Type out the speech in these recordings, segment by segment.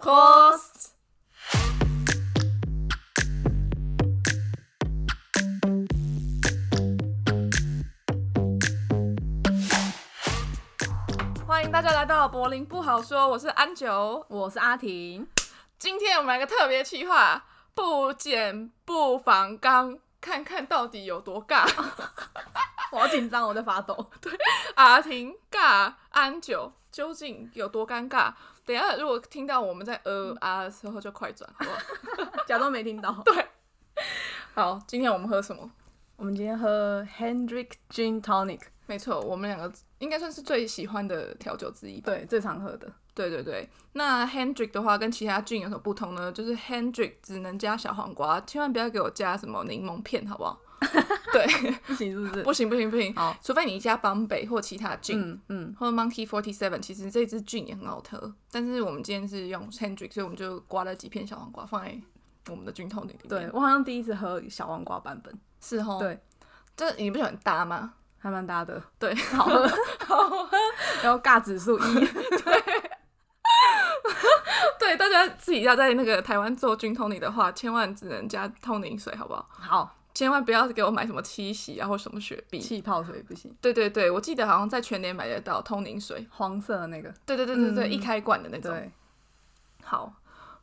Prost！欢迎大家来到柏林不好说，我是安九。我是阿婷，今天我们来个特别企划，不减不防刚，看看到底有多尬。 我好紧张，我在发 抖。阿婷尬安九究竟有多尴尬？等一下如果听到我们在呃啊的时候，就快转，好不好？ 假装没听到。 好，今天我们喝什么？我们今天喝 Hendrick Gin Tonic，没错，我们两个应该算是最喜欢的调酒之一吧。对，最常喝的。对对对，那 Hendrick 的话跟其他菌有什么不同呢？就是 Hendrick 只能加小黄瓜，千万不要给我加什么柠檬片，好不好？对，不行是不 是？不行不行不行，好除非你加邦北或其他菌，嗯嗯，或者 Monkey Forty Seven，其实这支菌也很好喝，但是我们今天是用 Hendrick，所以我们就刮了几片小黄瓜放在我们的菌头里面。对，我好像第一次喝小黄瓜版本，是哦。对，这你不喜欢搭吗？还蛮搭的，对，好 喝，然后尬指数一， 对，大家自己要在那个台湾做菌通灵的话，千万只能加通灵水，好不 好？好，千万不要给我买什么七喜啊，或什么雪碧。气泡水不行，对对对，我记得好像在全年买得到通灵水。黄色的那个，对对对对对，嗯一开罐的那种。对， 好，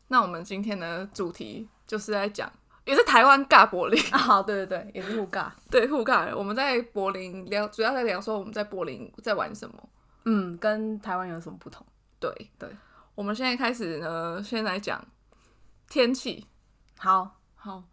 那我们今天的主题就是在讲，也是台湾尬柏林， 啊，好对对对，也是互尬，对互尬。我们在柏林聊，主要在聊说我们在柏林在玩什么。嗯，跟台湾有什么不同？对对，我们现在开始呢，先来讲天气。好，好，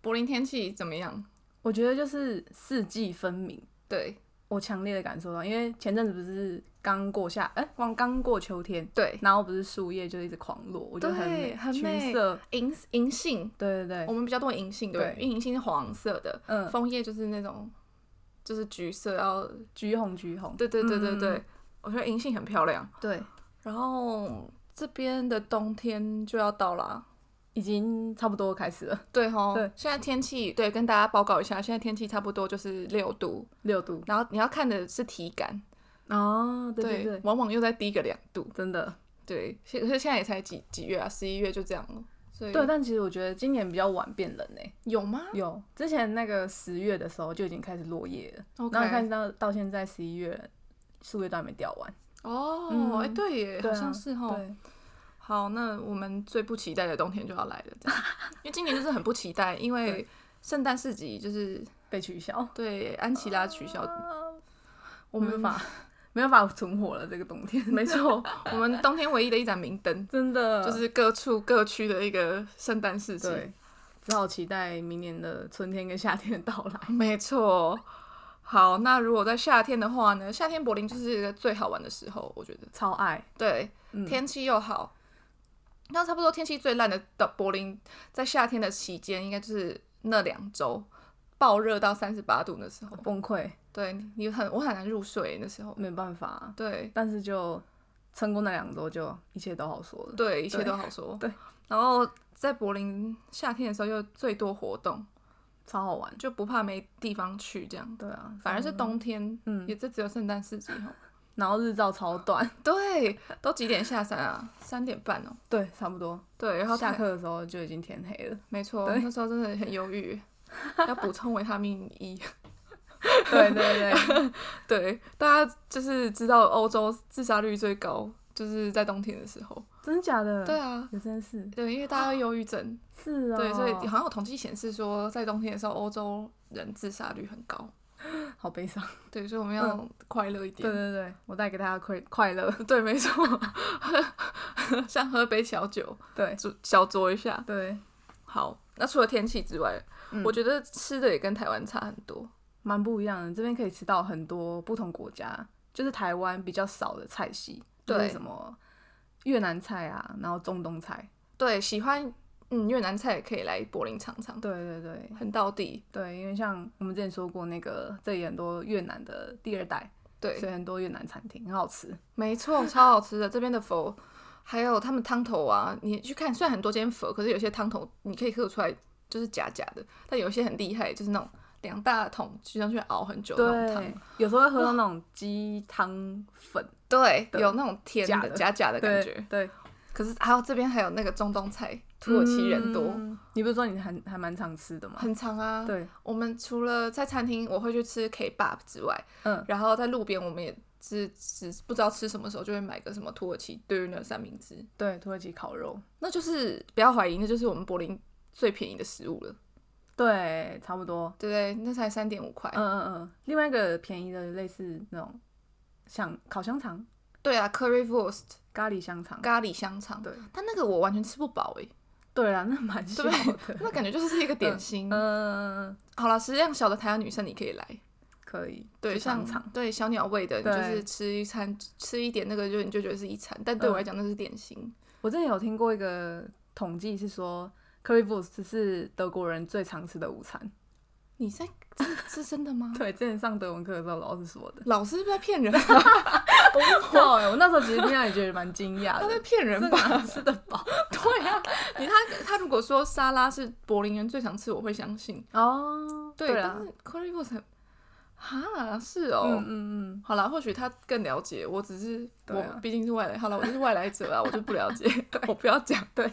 柏林天气怎么样？我觉得就是四季分明，对我强烈的感受到，因为前阵子不是刚过夏，哎、刚刚过秋天，对，然后不是树叶就一直狂落，我觉得很对很美橘色，银银杏，对对我对，们比较多银杏，对不对，对因为银杏是黄色的，嗯，枫叶就是那种就是橘色，然后橘红橘红，对对对对对，嗯我觉得银杏很漂亮。对，然后这边的冬天就要到啦，已经差不多开始了，对吼，对现在天气对，跟大家报告一下，现在天气差不多就是六度，六度然后你要看的是体感，哦，对对对，往往又再低个两度，真的，对，现可是现在也才几几月啊，十一月就这样了，所以对，但其实我觉得今年比较晚变冷诶、有吗有之前那个十月的时候就已经开始落叶了？OK，然后你看到到现在十一月，树叶都还没掉完，哦，嗯哎、对耶，对好啊像是哦。对，好，那我们最不期待的冬天就要来了， 这样因为今年就是很不期待，因为圣诞市集就是被取消，对安琪拉取消，我啊我哦没有们法，没有法存活了这个冬天，没 错，我们冬天唯一的一盏明灯，真的就是各处各区的一个圣诞市集。对，只好期待明年的春天跟夏天的到来。没错。好，那如果在夏天的话呢？夏天柏林就是一个最好玩的时候，我觉得。超爱，对，嗯，天气又好，那差不多天气最烂的的柏林，在夏天的期间，应该就是那两周暴热到三十八度的时候，崩溃，对你很我很难入睡那时候，没办法。对但是就撑过那两周，就一切都好说了。对，一切都好说，对。然后在柏林夏天的时候又最多活动，超好玩。就不怕没地方去这样，对啊，反而是冬天，嗯也就只有圣诞市集 哦。然后日照超短， 对，都几点下山啊？三点半哦。对，差不多。对，然然后后太下课的时候就已经天黑 了。没错，对那时候真的很忧 郁，要补充维他命 E。对对对，对，大家就是知道欧洲自杀率最高，就是在冬天的时候。真的假的？对，啊，有这件事。对，因为大家有忧郁症，是啊、对，所以好像有统计显示说，在冬天的时候，欧洲人自杀率很高。好悲伤。对，所以我们要快乐一对点。嗯对对，我带给大家快快乐。对，没错，像喝杯小酒，对酌小酌一下。对，好，那除了天气之外，嗯我觉得吃的也跟台湾差很多。蛮不一样的。这边可以吃到很多不同国家，就是台湾比较少的菜系，就是对什么越南菜啊，然后中东菜，对，喜欢嗯越南菜也可以来柏林尝尝，对对对很到地。对，因为像我们之前说过，那个这里很多越南的第二代，对，所以很多越南餐厅很好吃。没错，超好吃的。这边的佛，还有他们汤头啊，你去看，虽然很多间佛，可是有些汤头你可以喝得出来就是假假的，但有些很厉害，就是那种两大桶就上去熬很久的那种汤对。，有时候会喝到那种鸡汤粉，对，对有那种甜假的的假假的对感觉。对，可是还有这边还有那个中东菜，土耳其人多，嗯你不是说你还还蛮常吃的吗？很长啊。对，我们除了在餐厅我会去吃 K-pop 之外，嗯，然后在路边我们也是只不知道吃什么时候就会买个什么土耳其 döner 三明治，对，土耳其烤肉，那就是不要怀疑，那就是我们柏林最便宜的食物了，对，差不多。对不对？那才三点五块。嗯嗯嗯，另外一个便宜的类似那种像烤香肠、对啊，currywurst 咖喱香肠，咖喱香肠，嗯对但那个我完全吃不饱 诶、对啦，那蛮小对的。那感觉就是一个点心。嗯 嗯，嗯好了，食量小的台湾女生你可以来，可以。对，就像香肠，对小鸟胃的，你就对是吃一餐吃一点那个就你就觉得是一餐，但对我嗯来讲那是点心。我之前有听过一个统计是说，currywurst 是德国人最常吃的午餐。？你在这是真的吗对，之前上德文课的时候老师说的。 老师在骗人， 我不知道哎、我那时候其实听到也觉得蛮惊讶他 在的。骗人这吧？哪吃得饱？对啊，你他他如果说沙拉是柏林人最常吃，我会相信。 哦，对，对但啦，是 currywurst 很哈是哦。嗯嗯嗯，好啦，或许他更了解，我只是、对啊我毕竟是外来，好了，我就是外来者啊，我就不了解， 我不要讲，对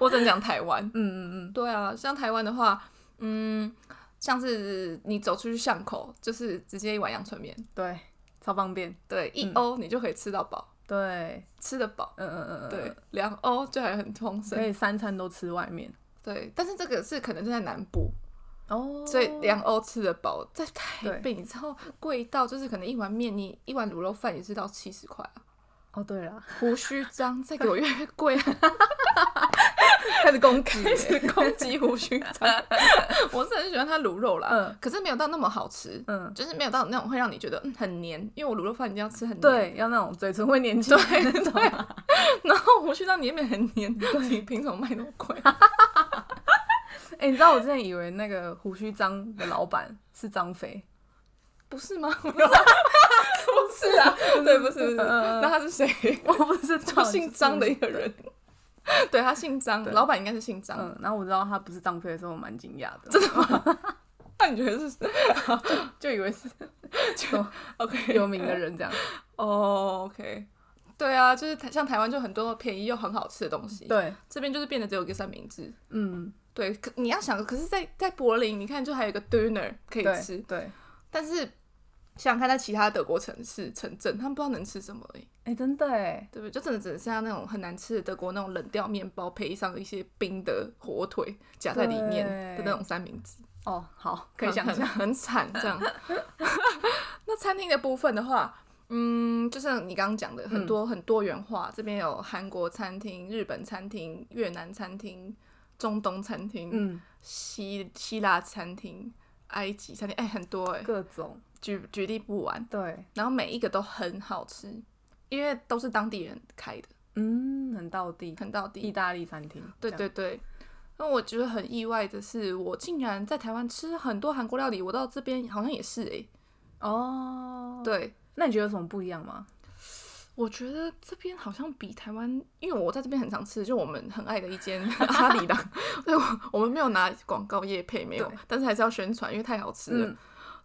我只能讲台湾。嗯嗯嗯，对啊，像台湾的话，嗯，像是你走出去巷口，就是直接一碗阳春面，对，超方便，对，一嗯欧你就可以吃到饱，对，嗯吃得饱，嗯嗯嗯，对，，两欧就还很丰可盛，以三餐都吃外面对。但是这个是可能是在南部，哦，所以两欧吃得饱，在台对北你知道贵到就是可能一碗面你一碗卤肉饭也是到七十块啊。哦对啦，胡须章再给我越来越贵， 开始攻击， 开始攻击胡须章。我是很喜欢它卤肉啦，嗯可是没有到那么好吃， 嗯，就是没有到那种会让你觉得嗯很黏，因为我卤肉饭一定要吃很黏。，对，要那种嘴唇会粘起来那种啊，然后胡须章你也没有很黏，你凭什么卖那么贵？哎，你知道我之前以为那个胡须张的老板是张 飞，不是 吗？不是啊，对，不是不是，嗯那他是 谁？我不知就道姓张的一个人， 对他姓张，对老板应该是姓张。 嗯，然后我知道他不是张飞的时候，我蛮惊讶的，真的那你觉得是就以为 是 OK 有名的人这样，哦，OK、o k 对啊，就是台像台湾就很多便宜又很好吃的东西，对，这边就是变得只有一个三明治。嗯，对，可你要想，可是在，在柏林，你看就还有一个 dinner 可以对吃，对，但是想想看，在其他德国城市城镇，他们不知道能吃什么、欸，哎，真的哎，对不对？就真的只能剩下那种很难吃的德国那种冷掉面包，配上一些冰的火腿夹在里面的对那种三明治，哦，好，可以想很 象，很很惨这样。那餐厅的部分的话，嗯，就像你刚刚讲的，很多、很多元化，这边有韩国餐厅、日本餐厅、越南餐厅、中东餐厅、嗯，希希腊餐厅、埃及餐厅，哎、很多哎、嗯各种，举举例不完。对，然后每一个都很好吃，因为都是当地人开的，嗯，很到地，很到意地。大利餐厅，对这样，对对。那我觉得很意外的是，我竟然在台湾吃很多韩国料理，我到这边好像也是哎、哦，，对，那你觉得有什么不一样吗？我觉得这边好像比台湾，因为我在这边很常吃，就我们很爱的一间阿里郎， 对，我我们没有拿广告业配，没有对，但是还是要宣传，因为太好吃了。嗯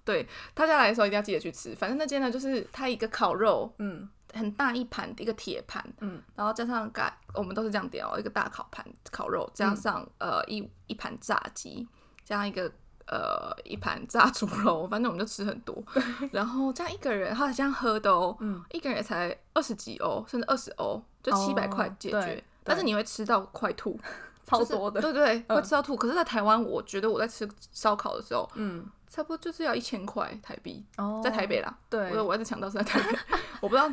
对，大家来的时候一定要记得去吃。反正那间呢，就是它一个烤肉，嗯很大一盘，一个铁盘，嗯，然后加上盖，我们都是这样点哦，一个大烤盘烤肉，加上、嗯呃一一盘炸鸡，加上一个呃一盘炸猪肉，反正我们就吃很 多。然后这样一个人，他这样喝的哦，嗯一个人也才二十几欧，甚至二十欧，就七百哦块解对决对。但是你会吃到快吐， 超就是多的，对对，嗯会吃到吐。可是，在台湾，我觉得我在吃烧烤的时候，嗯，差不多就是要一千块台币，哦，在台，北啦。对我我在强调是在台北， 我不知道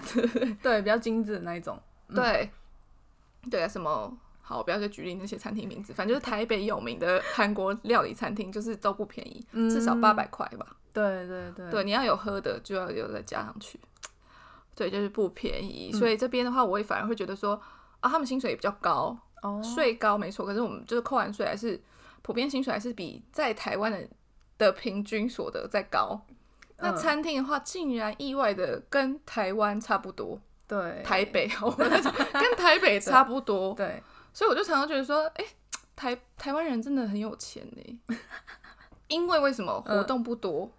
对，比较精致的那一种，嗯对，对啊，什么好，不要再举例那些餐厅名字，反正就是台北有名的韩国料理餐厅，就是都不便宜，至少嗯八百块吧。对对对对，你要有喝的，就要有再加上去。对，就是不便宜，嗯所以这边的话，我也反而会觉得说，啊，他们薪水也比较高，哦，税高没错，可是我们就是扣完税还是普遍薪水还是比在台湾的的平均所得再高。那嗯餐厅的话，竟然意外的跟台湾差不多， 对台北，我在讲跟台北差不多，对，所以我就常常觉得说，哎、台台湾人真的很有钱呢，因为为什么嗯活动不多？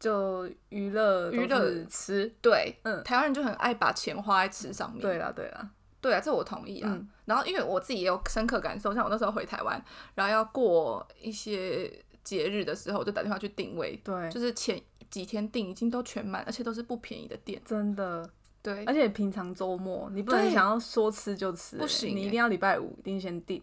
就娱乐娱乐都是吃，对，嗯台湾人就很爱把钱花在吃上面，对啦对啦，对啊，这我同意啊。嗯然后因为我自己也有深刻感受，像我那时候回台湾，然后要过一些节日的时候，我就打电话去定位，对，就是前几天订已经都全满，而且都是不便宜的店。真的，对而，且平常周末你不能对想要说吃就吃、不行你一欸定要礼拜五一定先订，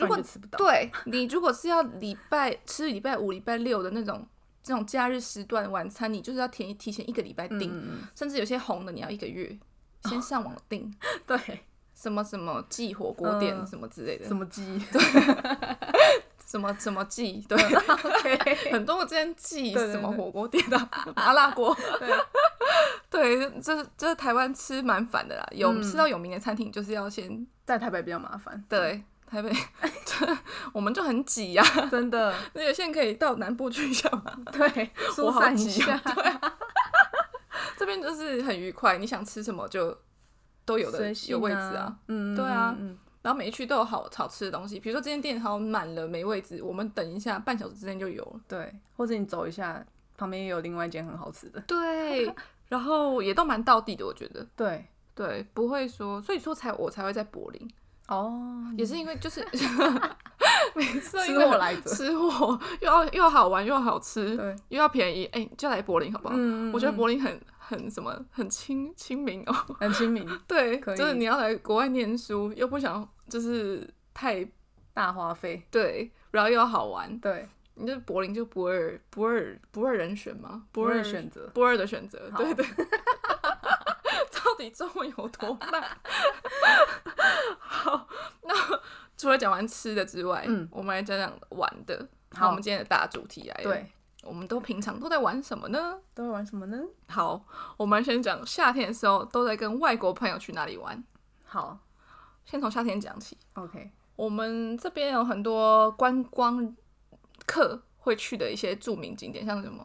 如然果你就吃不到。对你如果是要礼拜吃礼拜五、礼拜六的那种这种假日时段晚餐，你就是要提提前一个礼拜订，嗯，甚至有些红的你要一个月先上网订，嗯对，什么什么记火锅店、嗯什么之类的，什么鸡？什么什么 记，对，很多我之前记对对什么对火锅店啊、 麻辣锅，对，这这这台湾吃蛮烦的啦，有、嗯吃到有名的餐厅就是要先 在台北比较麻烦，对。台北， 这我们就很挤呀、啊。 真的，那有些人可以到南部去一 下嘛，对，我疏好散一挤、下啊。，对、啊， 这边就是很愉快，你想吃什么就都有的随性有位置啊啊。，嗯，对啊嗯，嗯然后每一区都有好好吃的东西，比如说这间店好像满了没位置，我们等一下半小时之内就有了。对，或者你走一下，旁边也有另外一间很好吃的，对，然后也都蛮到地的，我觉得。对，对，不会说，所以说才我才会在柏林，哦，也是因为就是 每次都因吃为货来着，吃货又要又好玩又好吃对，又要便宜，哎、你就来柏林好不好？嗯嗯，嗯我觉得嗯柏林很很什么很亲亲民哦，很亲民，对，可以就是你要来国外念书，又不想就是太大花 费，对，然后又要好玩，对，你就柏林就不二不二不二人选吗？不不二二选择，不二的选择，好对 对。到底中文有多烂？ 好，那除了讲完吃的之外，嗯我们来讲讲玩的。好那我们今天的大主题来了，对，我们都平常都在玩什么呢？都会玩什么呢？好，我们先讲夏天的时候都在跟外国朋友去哪里玩。好先从夏天讲起， ，OK，我们这边有很多观光客会去的一些著名景点，像什么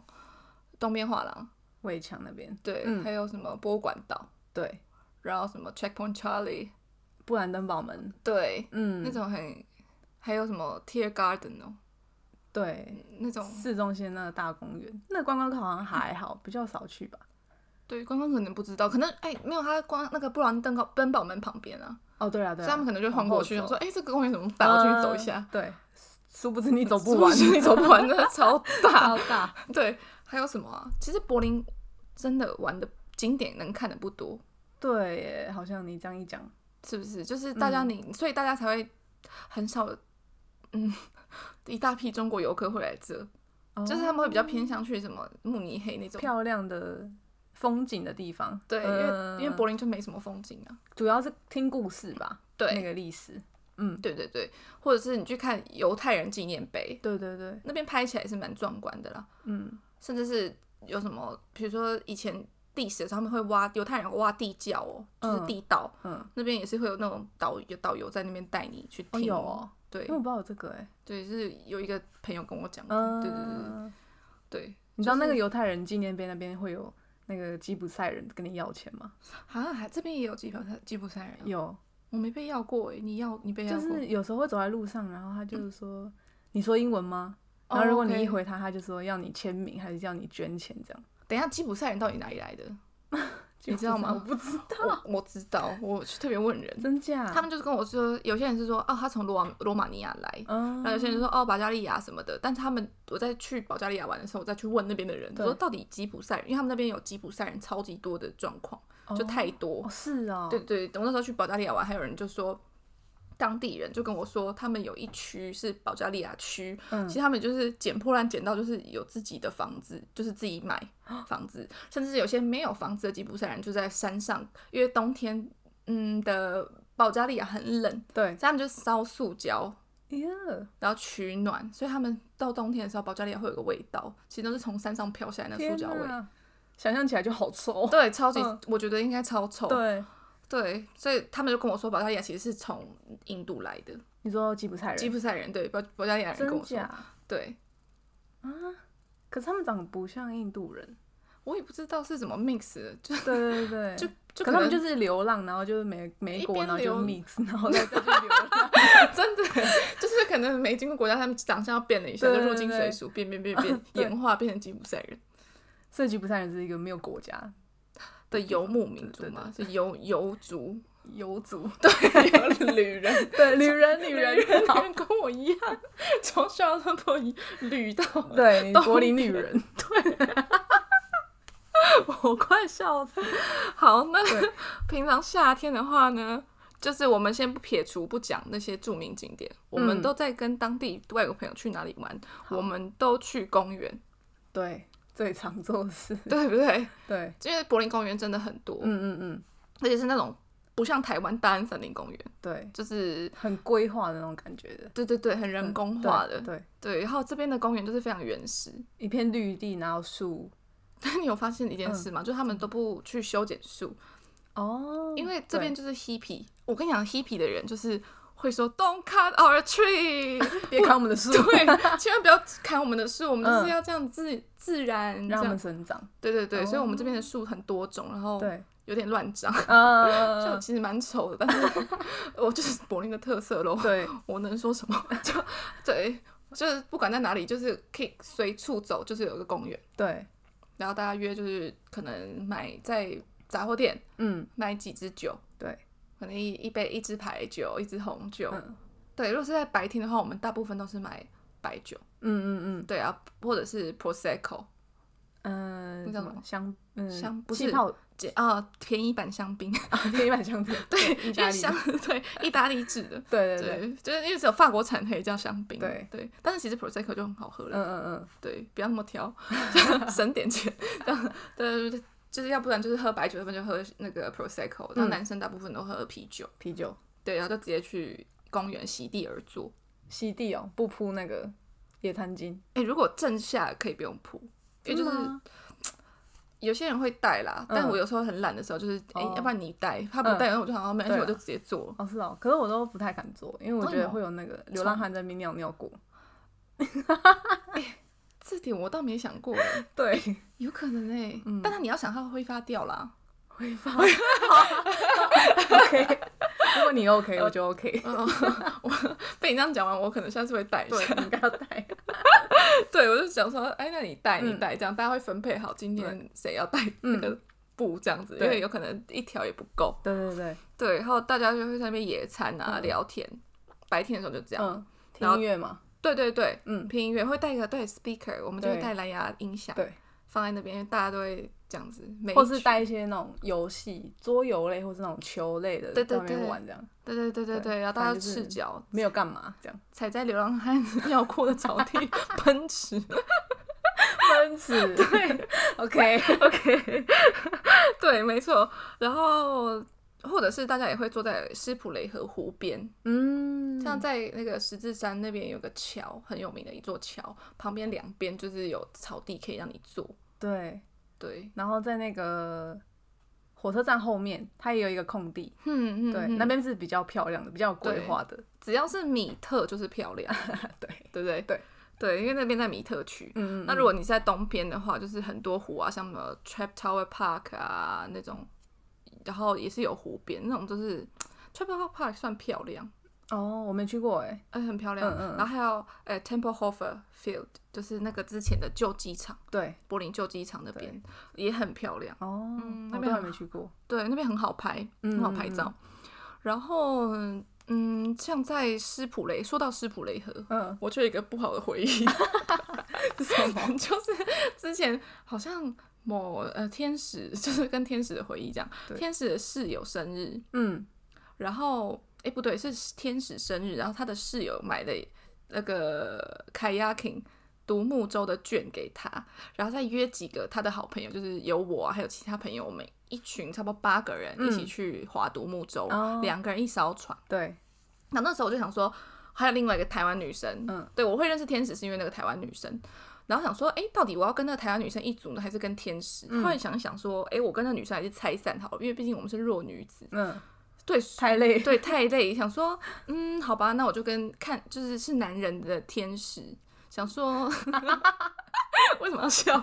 东边画廊，围墙那边，对，嗯还有什么博物馆岛，对，然后什么 Checkpoint Charlie，布兰登堡门，对，那嗯，种很，还有什么 Tear Garden 哦，对，那种市中心那个大公园，那观光客好像还好，比较少去吧。对观光可能不知道，可能哎没有他光那个布兰登高奔宝门旁边啊，哦，对啊，对所以啊，他们可能就往晃过后去，走想说哎这个公园怎么大，我进去走一下 嗯。对，殊不知你走不是完，是你走不完， 真的超大。超大。啊对，还有什么啊？其实柏林真的玩的景点能看的不多，对耶，好像你这样一讲，是不是？就是大嗯家你，所以大家才会很少，嗯，一大批中国游客会来这，就是他们会比较偏向去什么慕尼黑那种。漂亮的风景的地方。对，因嗯为因为柏林就没什么风景啊。主要是听故事吧，那对，个历史。对对对，或者是你去看犹太人纪念碑，对对对，那边拍起来是蛮壮观的啦。嗯，甚至是有什么，比如说以前历史的时候，他们会挖犹太人挖地窖哦，就是嗯地道，嗯，那边也是会有那种导游导游在那边带你去哦听。有哦，对因为我不知道有这个哎，对，是有一个朋友跟我讲的，嗯，对对对对对，你知道那个犹太人纪念碑那边会有那个吉普赛人跟你要钱吗？好像还这边也有吉普赛吉普赛人啊，有，我没被要过哎，你要你被要就过？是有时候会走在路上，然后他就是说：“你说英文吗？”然后哦如果你，OK 一，回他，他就说要你签名，还是要你捐钱这样。等一下吉普赛人到底哪里来的？你知道吗 我不知道， 我我知道，我去特别问人，真啊假？他们就是跟我说，有些人是说哦，他从罗马罗马尼亚来，嗯，然后有些人说哦，保加利亚什么的。但是他们我在去保加利亚玩的时候，我再去问那边的人，对说到底吉普赛人，因为他们那边有吉普赛人超级多的状况，哦就太多。哦是哦，对对，我那时候去保加利亚玩，还有人就说。当地人就跟我说，他们有一区是保加利亚区，嗯其实他们就是捡破烂捡到，就是有自己的房子，就是自己 买房子，甚至有些没有房子的吉普赛人就在山上，因为冬天嗯的保加利亚很冷，对，所以他们就烧塑胶，耶，然后取暖，所以他们到冬天的时候，保加利亚会有个味道，其实都是从山上飘下来的塑天胶味，哪，想象起来就好臭。对，超级，嗯我觉得应该超臭， 对，对，所以他们就跟我说，保加利亚其实是从印度来的，你说吉普赛人，吉普赛人对保保加利亚人跟真我说，假？对可是他们长得不像印度 人。我也不知道是怎么 mix 的，就对对对，就就可可他能们就是流浪，然后就是美美一国，边然后就流 mix，然后再再去流浪。 真的就是可能没经过国家，他们长相变了一下，对就入境对水对俗，变变变变对演化变成吉普赛人 所以吉普赛人是一个没有国家，的游牧民对族对 嘛，是游游族，游族，对，有旅人，对，旅人，旅旅人，人旅，人跟我一样，从小到大一旅到对，冬柏林女人， 我快笑死。好，那对 平常夏天的话呢，就是我们先不撇除不讲那些著名景点，我们嗯都在跟当地外国朋友去哪里玩，我们都去公 园，对，最常做的事，对不对？对，因为柏林公园真的很多，嗯嗯嗯，而且是那种不像台湾大安森林公园，对，就是很规划的那种感觉的，对对对，很人工化的，嗯对，对。然后这边的公园就是非常原始。 一片绿地，然后树，但你有发现一嗯件事吗？就是他们都不去修剪树，哦，因为这边就是 hippie。我跟你讲，hippie 的人就是会说 “Don't cut our tree”， 别砍我们的树，对，千万不要砍我们的树，我们就是嗯要这样自、自然这 让他样哦们。生长，对对对，哦所以我们这边的树很多种，然后 对，有点乱长，就 嗯，其实蛮丑的，但是我就是柏林的特色咯。对，我能说什么？ 就对，就是不管在哪里，就是可以随处走，就是有一个公园， 对，然后大家约就是可能买在杂货店嗯，买几支酒，对，可能一一杯一支白酒，一支红酒。嗯对，如果是在白天的话，我们大部分都是买白酒，嗯嗯对啊，或者是 prosecco 嗯，那嗯，叫什什么么香？嗯，香不气是 泡这啊便宜版香 槟，啊，天一版香槟，对，意因大为利香 对意大利制的， 对对对，对，就是因为只有法国产可以叫香槟，对对，但是其实 prosecco 就很好喝嗯了，嗯嗯，对，不要那么 挑，省点钱，这样对对对，就是要不然就是喝白酒，要不然就喝那个 prosecco，然后嗯男生大部分都喝啤酒，啤酒，对，然后就直接去公园席地而坐。席地哦，不铺那个野餐巾，哎、如果正下可以不用铺，因为就是吗有些人会带啦，但嗯我有时候很懒的时候，就是哎、哦要不然你带，他不带，然后我就哦好像没关系，对啊我就直接做。哦是哦，可是我都不太敢做，因为我为觉什得么会有那个流浪汉在那边尿尿过，这点我倒没想过， 对，有可能哎、但是你要想，它挥发掉啦。挥发，OK，如 果 你 OK，我就 OK，嗯，我被你这样讲完，我可能下次会带一 下。对，你不要带， 对，我就想说，哎，那你带嗯你带，这样大家会分配好今天谁要带那个布这样子，因对为有可能一条也不够。对对对，对，然后大家就会在那边野餐啊、嗯聊天，白天的时候 就这样。嗯，听然后音乐嘛，对对对，嗯，听音乐会带一个对 speaker，我们就会对带蓝牙音响，对，放在那边，因为大家都会这样子，每一或是区带一些那种游戏、桌游类，或是那种球类的，对对在那边对玩这样，对对对对对，对然后大反家正就是赤脚没有干嘛这样，踩在流浪汉尿裤的草 地奔驰，分子， 对 ，OK OK，对，没错。然后或者是大家也会坐在斯普雷河湖边，嗯，像在那个十字山那边有个桥，很有名的一座桥，旁边两边就是有草地可以让你坐。对，对，然后在那个火车站后面，它也有一个空地，嗯嗯，对，嗯那边是比较漂亮的，比较有规划的，只要是米特就是漂亮， 对，对不对？对对，因为那边在米特区，嗯嗯那如果你在东边的话，就是很多湖啊，像什么 Trap Tower Park 啊那种，然后也是有湖边那种，就是 Trap Tower Park 算漂亮，哦，我没去过哎，呃，很漂亮。嗯嗯嗯然后还有呃 Tempelhofer Field，就是那个之前的旧机场，对，柏林旧机场那边也很漂亮。哦，嗯那我边都还很没去过，对，那边很好拍，嗯很好拍照。然后嗯，像在斯普雷，说到斯普雷河， 嗯，我就有一个不好的回 忆。 什么？就是之前好像某呃天使， 就是跟天使的回忆这样，对天使的室友生日，嗯，然后诶不对，是天使生日，然后他的室友买了那个 kayaking 独木舟的券给他，然后再约几个他的好朋友，就是有我啊，还有其他朋友，我们一群差不多八个人一起嗯去划独木舟，哦两个人一艘船。对，那那时候我就想说，还有另外一个台湾女生，嗯，对我会认识天使是因为那个台湾女生，然后想说，哎、到底我要跟那个台湾女生一组呢，还是跟天使？嗯后来想一想说，哎、我跟那女生还是拆散好了，因为毕竟我们是弱女子，嗯，对太累，对，太累，想说，嗯，好吧，那我就跟看就是是男人的天使，想说， 为什么要笑？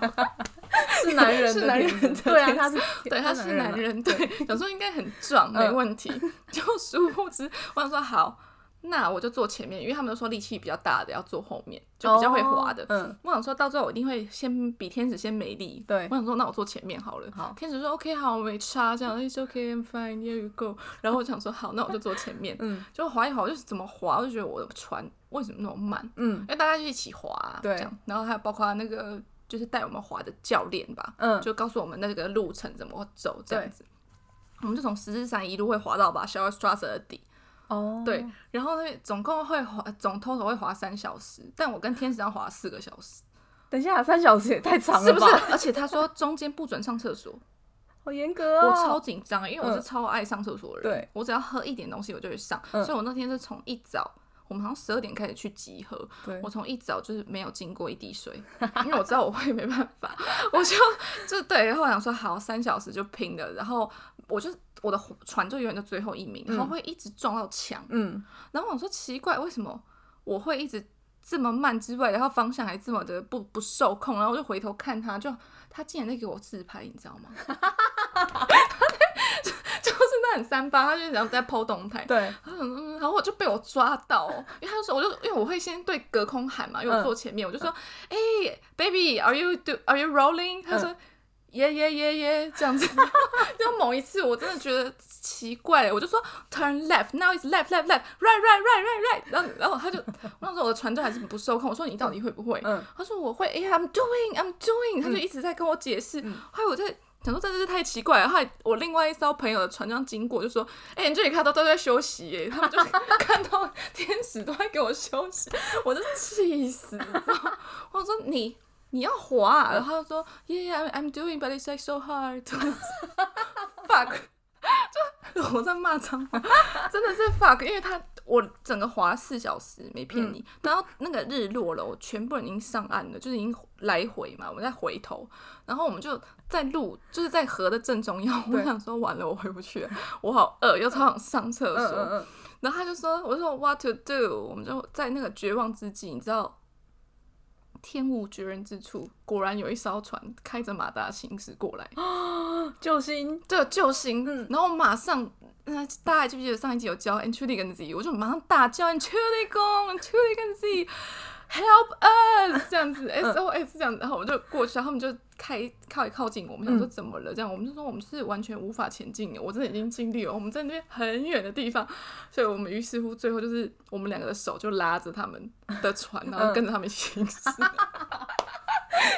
是男人是的男天人使，的对啊，天他是，对，他是男男嘛，嗯 人，对，想说应该很壮，没问题。就殊不知，我想说好，那我就坐前面，因为他们都说力气比较大的要坐后面，就比较会滑的。哦嗯，我想说到最后我一定会先比天使先没力，对我想说那我坐前面好了。好天使说 OK 好，我没差，这样 It's OK I'm fine here you go。然后我想说好，那我就坐前面。嗯就滑一滑，我就是怎么滑，我就觉得我的船为什么那么慢？嗯因为大家就一起滑、啊，对这样然后还有包括那个就是带我们滑的教练吧，嗯，就告诉我们那个路程怎么走这样子。我们就从十字山一路会滑到吧 s h a r s t r a s s 的底，哦，对，然后呢，总共会滑，总 total 会滑三小时，但我跟天使要滑四个小时，等一下，三小时也太长是了不吧？是？ 而且他说中间不准上厕所，好严格 哦。我超紧张，因为我是嗯超爱上厕所的人，对我只要喝一点东西我就会上，嗯所以我那天是从一早。我们好像十二点开始去集合，对我从一早就是没有经过一滴水， 因为我知道我会没办法， 我就就对，然后我想说好三小时就拼了，然后我就我的船就永远在最后一名，然后嗯会一直撞到墙，嗯，然后我说奇怪，为什么我会一直这么慢之外，然后方向还这么的不不受控，然后我就回头看他，就他竟然在给我自拍，你知道吗？ 就就是那很三八，他就想在剖动态。 对，他想说嗯，然后我就被我抓到哦，因为他就说，我就因为我会先对隔空喊嘛，因为我嗯坐前面，我就说，哎、b a b y a r e you do are you rolling？他嗯说，耶耶耶耶，这样子。 然后某一次我真的觉得奇怪了，我就说 turn left，now is left left left right right right right right，然后然后他就，我想说我的船队还是不受控，我说你到底会不会？嗯，他说我会，哎、i m doing I'm doing，他就一直在跟我解释，后来我在。想说真的是太奇怪了，后来我另外一艘朋友的船上经过，就说：“哎、你这里看到都在休息耶，他们就 看到天使都在给我休息，我就气死，你知道吗？我说你你要滑、啊，然后他就说 Yeah, I'm I'm doing, but it's like so hard. fuck，就我在骂脏话，真的是 fuck，因为他我整个滑四小时没嗯骗你，然后那个日落了，我全部人已经上岸了，就是已经来回嘛，我们在回头，然后我们就在路，就是在河的正中央，我对想说完了，我回不去了，我好饿，又超想上厕嗯所，嗯嗯，然后他就说：“我说 What to do？” 我们就在那个绝望之际，你知道，天无绝人之处，果然有一艘船开着马达行驶过来，嗯救星，对，救星。嗯然后我马上，呃，大家还记不记得上一集有教 a n t r i 跟 Z？我就马上大叫 a n t r i 公 a n t r i 跟 Z，Help us！这样子，SOS 这样子，然后我就过去，然后他们就开靠靠近我们，想说怎么了？这样，我们就说我们是完全无法前进的，我真的已经尽力了，我们在那边很远的地方，所以我们于是乎最后就是我们两个的手就拉着他们的船，然后跟着他们行驶。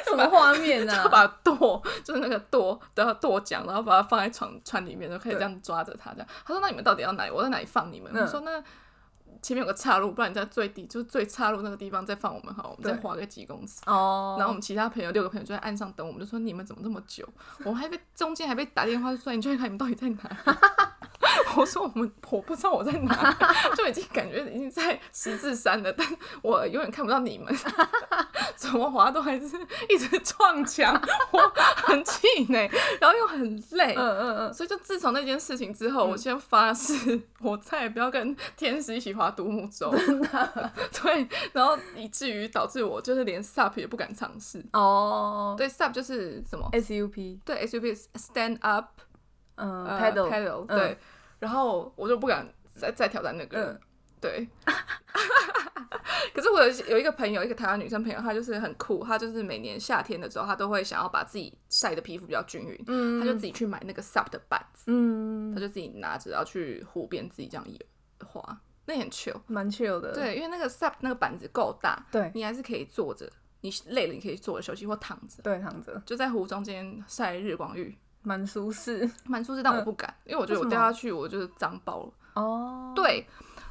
什么画 面他啊？把舵就是那个舵的舵桨，然后把它放在船船里面，就可以这样抓着它这样。他说：“那你们到底要哪里？我在哪里放你们？”嗯我说：“那前面有个岔路，不然你在最底就是最岔路那个地方再放我们好，我们再对划个几公尺。”哦，然后我们其他朋友六个朋友就在岸上等我们，就说你们怎么那么久？我们还被中间还被打电话就说你去看你们到底在哪里？ 我说我们我不知道我在哪里，就已经感觉已经在十字山了，但我永远看不到你们， 怎么滑都还是一直撞墙，我很气馁，然后又很累。嗯嗯嗯，所以就自从那件事情之后，我先发誓，我再也不要跟天使一起划独木舟。真的，对，然后以至于导致我就是连 SUP 也不敢尝试。哦，对，SUP 就是什么？ ，SUP，对，SUP is stand up 嗯呃 paddle， paddle 嗯对，然后我就不敢再再挑战那个了。嗯对。 可是我有有一个朋友，一个台湾女生朋友，她就是很酷，她就是每年夏天的时候，她都会想要把自己晒的皮肤比较均匀，嗯她就自己去买那个 SUP 的板子，她嗯，就自己拿着，然后去湖边自己这样游滑，那也很 chill。蛮 chill 的，对，因为那个 SUP 那个板子够大，对你还是可以坐着，你累了你可以坐着休息或躺着，对，躺着就在湖中间晒日光浴，蛮舒适蛮舒适，但我不敢，因为我觉得我嗯为什么掉下去我就是脏包了。哦，对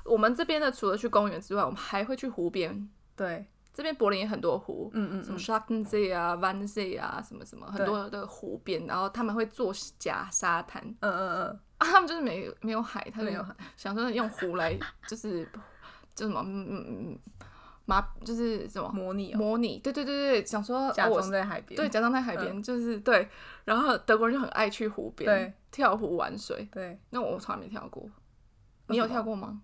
我们这边的，除了去公园之外，我们还会去湖边。对，这边柏林也很多湖，嗯嗯什么嗯， Sharken See 啊、Van See 啊，什么什么，很对多的湖边，然后他们会做假沙滩嗯嗯嗯，啊，他们就是没有没有海，他们没有海想说用湖来就是就什么嗯嗯嗯麻就是什么模拟哦，模拟，对对对对，想说假哦我装在海边，嗯对假装在海边，就是对，然后德国人就很爱去湖边对跳湖玩水，对，那我从来没跳过，为你有什么跳过吗？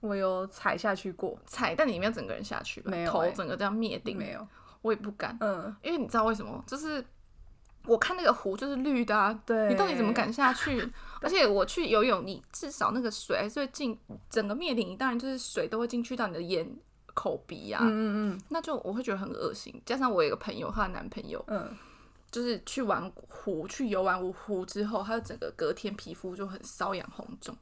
我有踩下去过，踩，但你没有整个人下去吧？没有头欸整个这样灭顶，没有，我也不敢，嗯因为你知道为什么？就是我看那个湖就是绿的、啊，对，嗯你到底怎么？敢下 去？而且我去游泳，你至少那个水还是会进整个灭顶一，当然就是水都会进去到你的眼、口、鼻啊，嗯嗯那就我会觉得很恶心。加上我有一个朋友，她的男朋友嗯嗯，就是去玩湖，去游完湖之后，他整个隔天皮肤就很瘙痒红 肿，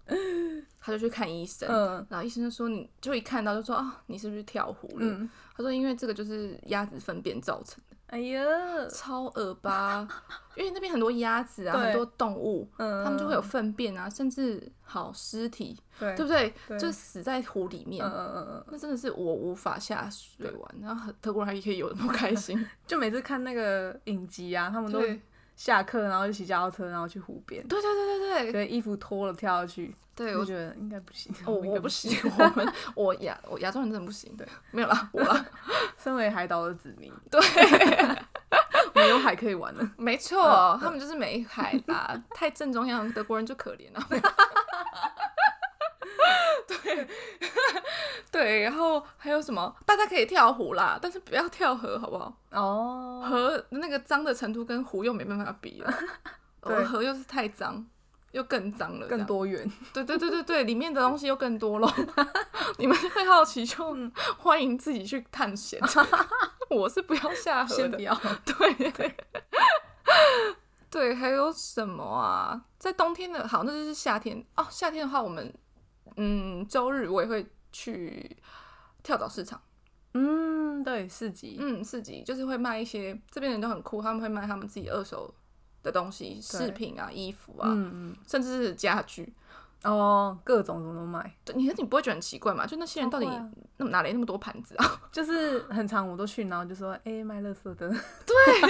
他就去看医生，嗯然后医生就说你就一看到就说啊，你是不是跳湖了？嗯，他说因为这个就是鸭子粪便造成的，哎呀，超恶吧， 因为那边很多鸭子啊，对很多动物。嗯，他们就会有粪便啊，甚至好尸体，对对不对？对就是死在湖里面，嗯嗯嗯嗯，那真的是我无法下水玩。然后德国人还可以游得那么开心， 就每次看那个影集啊，他们都对下课然后就骑脚踏车，然后去湖边，对对对对对，对，衣服脱了跳下去，对就我哦觉得应该不行，我 应该我不行， 我们我亚我亚洲人真的不行，对，没有 啦，我啦，身为海岛的子民，对，没有海可以玩 了。没嗯错，他们就是没海啦，太正中央，德国人就可怜啊 了。对 对，然后还有什么？大家可以跳湖啦，但是不要跳河，好不好？哦，河那个脏的程度跟湖又没办法比 了，对而河又是太脏，又更脏了，更。多元，对对对对对，里面的东西又更多了。 你们会好奇就欢迎自己去探险， 我是不要下河先的不。要。对 对对，还有什么啊？在冬天的好，那就是夏天哦。夏天的话，我们嗯周日我也会去跳蚤市场。嗯，对，四级，嗯，市集就是会卖一些这边人都很酷，他们会卖他们自己二手的东西，饰品啊、衣服啊，嗯嗯，甚至是家具。哦，各种什么都卖，对，你你不会觉得很奇怪吗？就那些人到底不会啊那么哪来那么多盘子啊？ 就是很长我都去，然后就说，哎，卖乐色的，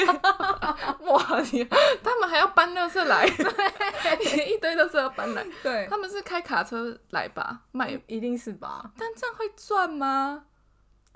哇，你他们还要搬垃圾 来， 一堆垃圾要搬来，对，他们是开卡车来吧卖？一定是吧？但这样会赚吗？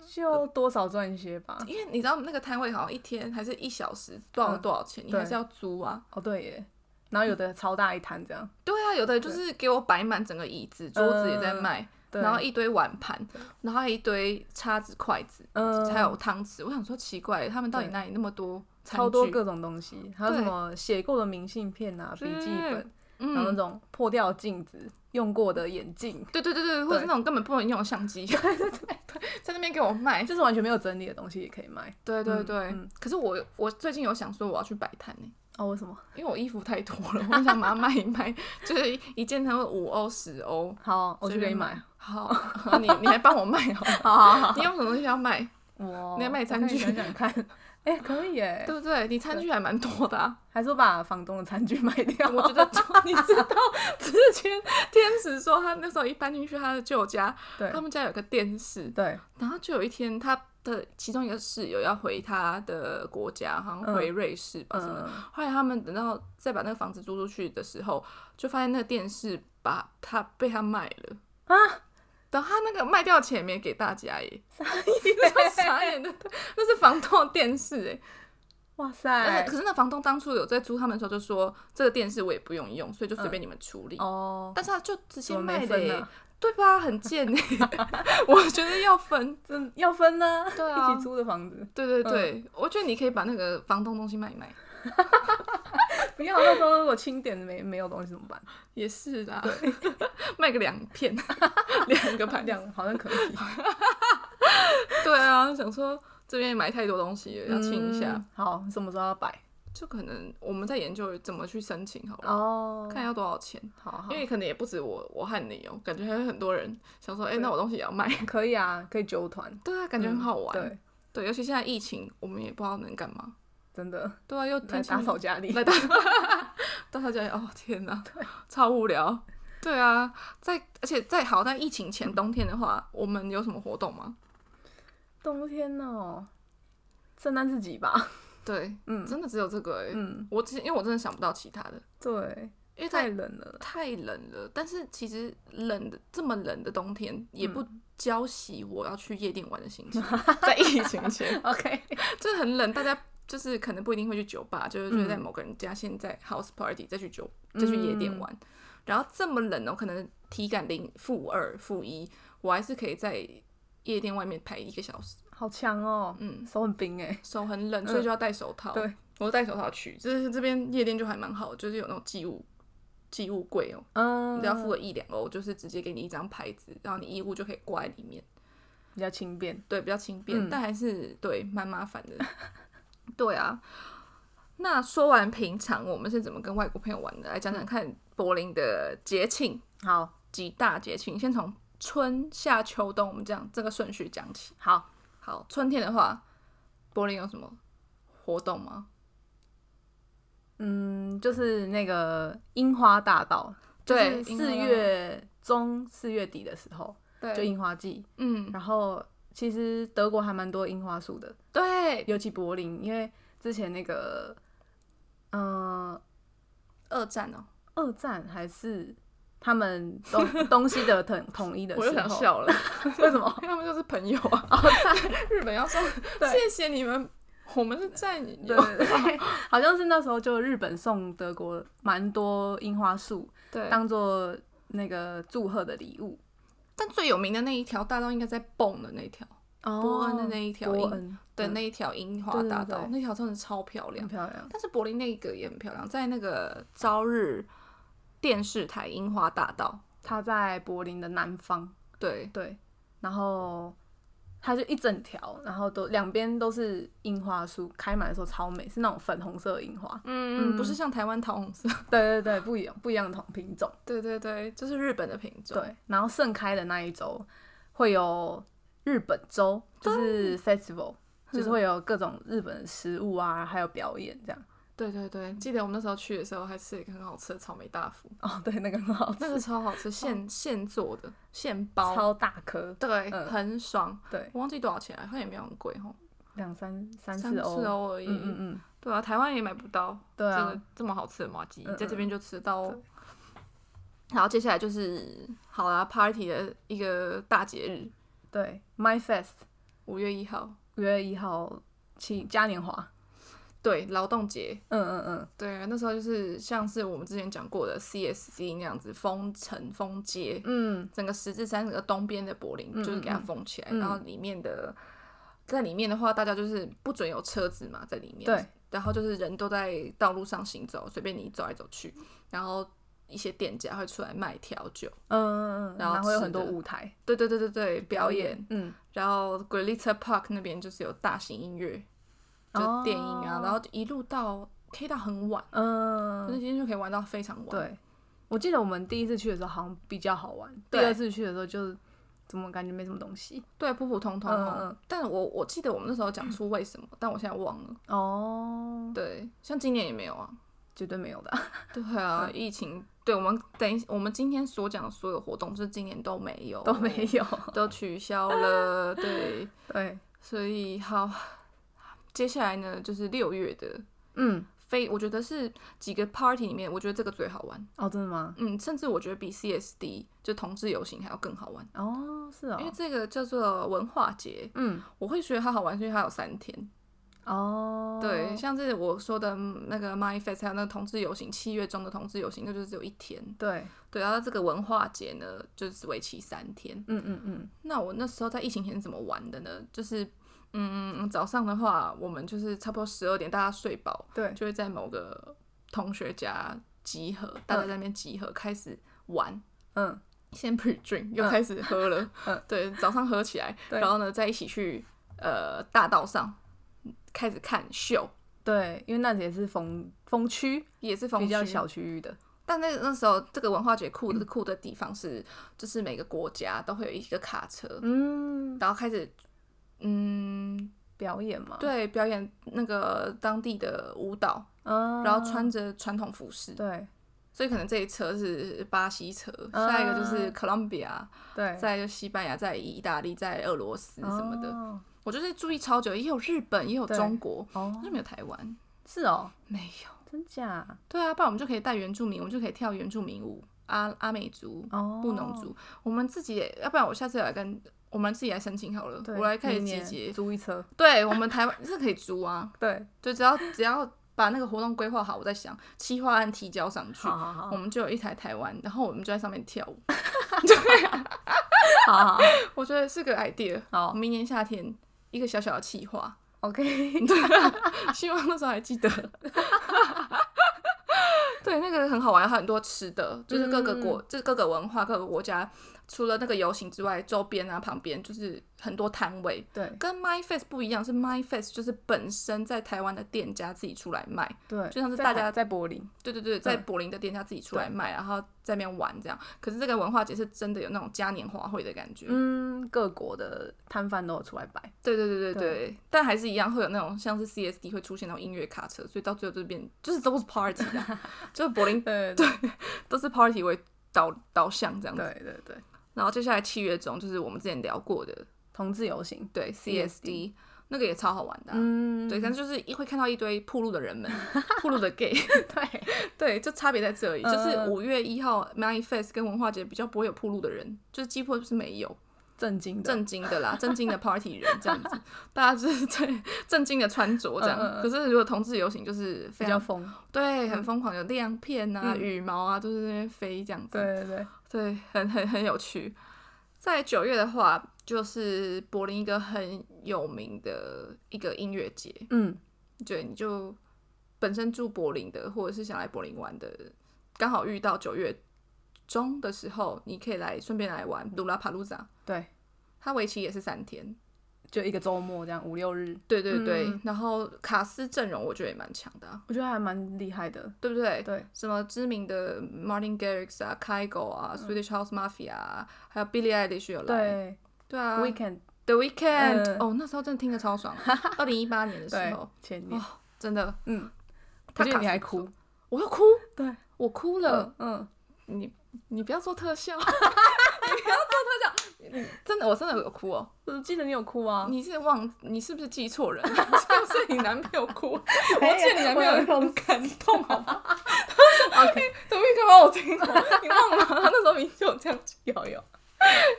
就多少赚一些吧。因为你知道那个摊位好像一天还是一小时多少嗯多少钱，你还对是要租啊。哦，对耶，然后有的超大一摊这样，对啊，有的就是给我摆满整个椅子、桌子也在嗯卖，对，然后一堆碗盘，然后还有一堆叉子、筷子，嗯，还有汤匙。我想说奇怪，他们到底对哪里那么多餐具？超多各种东西，还有什对么写过的明信片啊、笔对记本，然后那嗯，种破掉的镜子、用过的眼镜，对对对对，或者是那种根本不能用的相 机，对对对，在那边给我卖。哎就是完全没有整理的东西也可以卖。对对嗯对，嗯可是我我最近有想说我要去摆摊呢，哦，为什么？因为我衣服太多了，我想把它卖一卖，就是一一件才会五欧十欧。好，我去随给便你买。。好，你你来帮我卖好 了好好 好，你有什么东西要卖？我你要卖我餐可以具想想看， 哎、可以耶对，不对？你餐具还蛮多的、啊。还是我把房东的餐具卖掉？我觉得就你知道，之前天使说他那时候一搬进去他的旧家，对他们家有个电视， 对，然后就有一天他的其中一个室友要回他的国家，好像回瑞士吧什么的。嗯，后来他们等到再把那个房子租出去的时候，就发现那个电视把他被他卖了啊！然后他那个卖掉钱没给大家 耶，傻眼的，那是房东的电视哎。 哇但塞是，可是那房东当初有在租他们的时候就说这个电视我也不用用，所以就随便你们处理。哦，但是他就直接怎么没卖的、分啊欸，呢对吧？很贱哎、 我觉得要分。真要分呢、对啊 一起租的房子，对对对，我觉得你可以把那个房东东西卖一卖，不要到时候如果清点没没有东西怎 么办？也是啦， 卖个两片， 两个盘这子。样好像可以，对啊，想说这边买太多东西 了，要清一下，嗯。好，什么时候要摆？就可能我们在研究怎么去申请好了，哦，看要多少钱。好好因，为可能也不止我，我和你哦，感觉还有很多人想说，哎、对那我东西也要卖。 可以啊，可以揪团，嗯对啊，感觉很好玩。对，对，尤其现在疫情，我们也不知道能干嘛。真的对啊，又来天气打扫家里，来到到他家里，哦天哪，超无聊。对啊，在而且在好在疫情前冬天的话，我们有什么活动吗？冬天哦，圣诞自己吧，对，嗯真的只有这个、欸。嗯，我之前因为我真的想不到其他的，对，因为太太冷了，太冷了。但是其实冷的这么冷的冬天，也不浇熄我要去夜店玩的 心情。 在疫情前， OK，就是很冷，大家就是可能不一定会去酒吧，就是就是在嗯某个人家现在 house party 再去酒再去夜店玩。然后这么冷哦，可能体感零负二负一，我还是可以在夜店外面排一个小时。好强哦，嗯，手很冰哎，手很冷，所以就要戴手套。对，我戴手套去，就是这边夜店就还蛮好，就是有那种寄物寄物柜哦，嗯你只要付个一两欧，就是直接给你一张牌子，然后你衣物就可以挂在里面，比较轻便。对，比较轻便，嗯但还是对蛮麻烦 的。对啊，那说完平常我们是怎么跟外国朋友玩的，来讲讲看柏林的节庆好，几大节庆，先从春夏秋冬我们这样这个顺序讲起。好，好，春天的话，柏林有什么活动吗？嗯，就是那个樱花大道，就是对四月中、四月底的时候，就对，樱花季。嗯，然后其实德国还蛮多樱花树的，对，尤其柏林，因为之前那个，嗯，二战哦，二战还是他们 东东西德统统一的我时又想候，笑了，为什么？ 因为他们就是朋友啊。 日本要说对谢谢你们，我们是战对友。对，对好像是那时候就日本送德国蛮多樱花树 对，当做那个祝贺的礼物。但最有名的那一条大道应该在蹦的那一条，伯哦恩的那一条哦伯樱恩对，嗯那一条樱花对对大对道，那条真的超漂亮很。漂亮。但是柏林那个也很漂亮，在那个朝日电视台樱花大道，它在柏林的南方，对对，然后它就一整条，然后都两边都是樱花树，开满的时候超美，是那种粉红色的樱花。嗯，嗯不是像台湾桃红色， 对对对，不一样不一样的同品种。对对对，就是日本的品种。对，然后盛开的那一周会有日本周，就是 festival，就是会有各种日本的食物啊，还有表演这样。对对对，记得我们那时候去的时候还吃了一个很好吃的草莓大福，哦，对，那个很好那吃，哦个超好吃，现现做的，现包，超大颗，对，嗯很爽。对，我忘记多少钱了，好像也没有很贵哦，两三三三四四欧，欧而已。嗯嗯嗯，对啊，台湾也买不到对这啊个，这么好吃的麻吉，嗯嗯在这边就吃到哦。然后接下来就是好啦，party 的一个大节嗯日，对，My Fest 五月一号，五月一号起嘉年华，对，劳动节，嗯嗯嗯，对，啊那时候就是像是我们之前讲过的 CSC 那样子封城封街，嗯，整个十字山整个东边的柏林嗯就是给它封起来，嗯然后里面的在里面的话，大家就是不准有车子嘛，在里面，对，然后就是人都在道路上行走，随便你走来走去，然后一些店家会出来卖调酒，嗯嗯嗯，然后然后有吃很多的舞台对对对对对，表演，，嗯，然后 Glitter Park 那边就是有大型音乐，就电影啊，哦然后一路到可以到很晚，嗯那，今天就可以玩到非常晚，对，我记得我们第一次去的时候好像比较好玩，第对二次去的时候就怎么感觉没什么东西。对，普普通通嗯哦。嗯但我我记得我们那时候讲出为什么，但我现在忘了。哦，对，像今年也没有啊。绝对没有的。对啊，嗯疫情，对我们等一，我们今天所讲的所有活动，就是今年都没有， 都没有。都取消了。对，对，所以好，接下来呢就是六月的。嗯，非我觉得是几个 party 里面，我觉得这个最好玩。哦，真的吗？嗯，甚至我觉得比 CSD 就同志游行还要更好玩，哦，是因为哦，这个叫做文化节。嗯，我会觉得它好玩，是因为它有三天。哦，对，像是我说的那个 My Fest，还有那个同志游行，七月中的同志游行，那就是只有一天。对，对，然后这个文化节呢，就是为期三天。嗯嗯嗯，那我那时候在疫情前是怎么玩的呢？就是，嗯，早上的话，我们就是差不多十二点大家睡饱，对，就会在某个同学家集合，大家在那边集合、开始玩。嗯，先 pre drink 又开始喝了，嗯对，早上喝起来，对然后呢再一起去呃大道上开始看秀，对，因为那也是风风区，也是风比较区小嗯区域的。但那那时候这个文化节酷的酷的地方是，就是每个国家都会有一个卡车，嗯，然后开始，嗯，表演嘛，，对，表演那个当地的舞蹈，嗯，然后穿着传统服饰，对所以可能这一车是巴西车，下一个就是嗯 Colombia，对，再就西班牙，在意大利，在俄罗斯什么的。哦我就是注意超久，也有日本，也有对中国，哦，就没有台湾，是哦，没有。真假？对啊，不然我们就可以带原住民，我们就可以跳原住民舞，阿阿美族，哦，布农族，我们自己也，要不然我下次来跟我们自己来申请好了，对，我来开始明集年结。租一车，对我们台湾是可以租啊，对，对，只要只要把那个活动规划好，我在想企划案提交上去，好好好我们就有一台台湾，然后我们就在上面跳 舞。好好我觉得是个 idea。好明年夏天一个小小的企划， 好， OK，希望那时候还记得。 对，那个很好玩，还有很多吃的，就是各个国，嗯就是各个文化、各个国家，除了那个游行之外，周边啊旁边就是很多摊位。对跟 My Face 不一样，是 My Face 就是本身在台湾的店家自己出来卖，对，就像是在大海家在柏林，对对对，在柏林的店家自己出来卖，然后在那边玩这样。可是这个文化节是真的有那种嘉年华会的感觉，嗯，各国的摊贩都有出来摆，对对对对对对，但还是一样会有那种像是 CSD 会出现那种音乐卡车，所以到最后就变就是都是 party 啦，就是柏林对对都是 party 为导导向这样子。对对对，然后接下来七月中就是我们之前聊过的，同志游行，对 CSD 那个也超好玩的啊、嗯，对，但就是一会看到一堆铺路的人们，铺路的 gay，对，对，就差别在这里，就是嗯五月一号 Manifest 跟文化节比较不会有铺路的人，就是几乎是没有，震惊的，正经的啦，正经的 party 人这样 子，大家就是正 正经的穿着这样。嗯嗯嗯可是如果同志游行就是非比较常疯，对，很疯狂，有亮片啊、嗯羽毛啊，都是在那边飞这样子。对对对，对，很很很有趣。在九月的话，就是柏林一个很有名的一个音乐节，嗯，对，你就本身住柏林的，或者是想来柏林玩的，刚好遇到九月中的时候，你可以来顺便来玩鲁拉帕路萨，对，它为期也是三天。就一个周末这样五六日，对对对，嗯然后卡斯阵容我觉得也蛮强的啊、我觉得还蛮厉害的，对不对？对，什么知名的 Martin Garrix 啊、Kygo 啊、Swedish House Mafia 啊，还有 Billie Eilish 有来，嗯对对啊，Weekend， ，The Weeknd，、嗯哦，那时候真的听得超 爽，二零一八年的时对候，，哦前年，真的，嗯，他我记得卡你还斯哭，我要哭，对，我哭了，嗯嗯，你你不要做特 效，你不要做特效， 真的，我真的有哭哦，我记得你有哭啊，你是忘，你是不是记错人？ 是不是你男朋友哭？我哎记得你男朋友很感动，好 吧？OK，怎么可以把我听懂？你忘了？他那时候明明就有这样有有，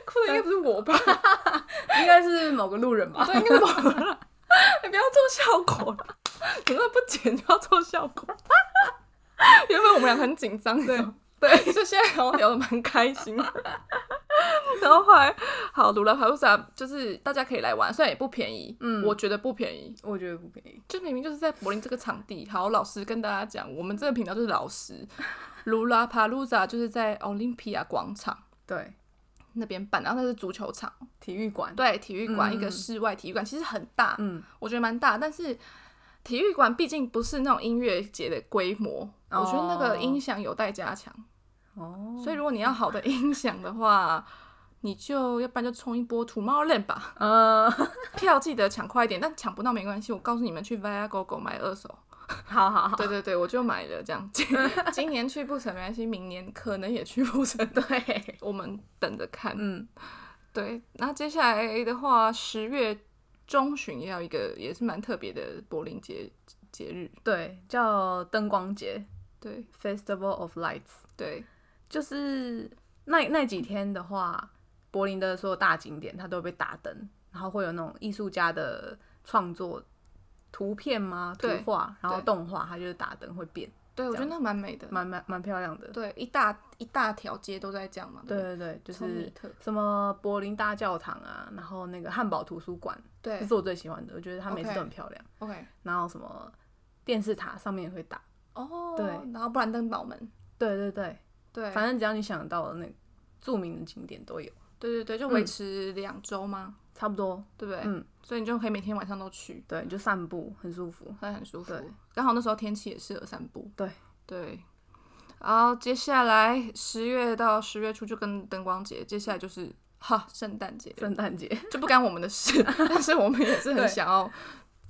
哭的应该不是我吧？ 应该是某个路人吧？对，应该是我了。哎你不要做效果了， 你那不剪就要做效果。原本我们俩很紧张，对对， 就现在好像聊得蛮开心的。然后后来，好，卢拉帕路萨就是大家可以来玩，虽然也不便宜，嗯我觉得不便宜， 我觉得不便宜，就明明就是在柏林这个场地。好，老实跟大家讲，我们这个频道就是老实，卢拉帕路萨就是在奥林匹亚广场对，那边办，然后那是足球场，体育馆，对，体育馆、嗯一个室外体育馆，其实很大，嗯，我觉得蛮大，但是体育馆毕竟不是那种音乐节的规模，哦我觉得那个音响有待加强。哦，所以如果你要好的音响的话，你就要不然就冲一波 Tomorrowland 吧，呃， 票记得抢快一点，但抢不到没关系，我告诉你们去 Viagogo 买二手。好好好，对对对，我就买了这样。今今年 去不成没关系，明年可能也去不成， 对，我们等着看。嗯，对，那接下来的话，十月中旬也有一个也是蛮特别的柏林节节日，对，叫灯光节对 （Festival of Lights），对，就是那那几天的话，柏林的所有大景点它都会被打灯，然后会有那种艺术家的创作图片吗？图对画，然后对动画，它就是打灯会变，对我觉这得样那蛮美的。蛮蛮蛮漂亮的。对，一大一大条街都在这样嘛。对不对对，就超米是特。什么柏林大教堂啊，然后那个汉堡图书馆，这对是我最喜欢的，我觉得它每次 OK 都很漂亮。 ，OK，然后什么电视塔上面也会打，哦，对然后布兰登堡门，对对对，对，反正只要你想到的那著名的景点都有，对对对，就维持两周嘛，差不多。对不对？嗯，所以你就可以每天晚上都去，对，你就散步很舒服。会很舒服对。刚好那时候天气也适合散步。对对。然后接下来十月到十月初就跟灯光节，接下来就是哈圣诞节了，圣诞节，就不干我们的 事，但是我们也是很对想要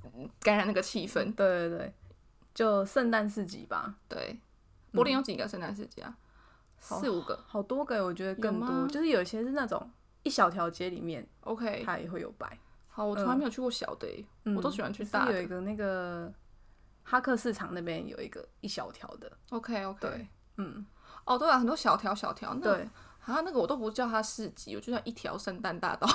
嗯感染那个气氛 对。对对，就圣诞市集吧，对，柏林有几个圣诞市集啊？嗯好四五个。好多个，我觉得有更吗多，就是有些是那种一小条街里面 OK，它也会有摆，好，我从来没有去过小的欸、嗯我都喜欢去就是大有的一。个那个哈克市场那边有一个一小条的， OK OK，对，嗯，哦对啊，很多小条小条，那 对，啊那个我都不叫它市集，我就叫一条圣诞大道。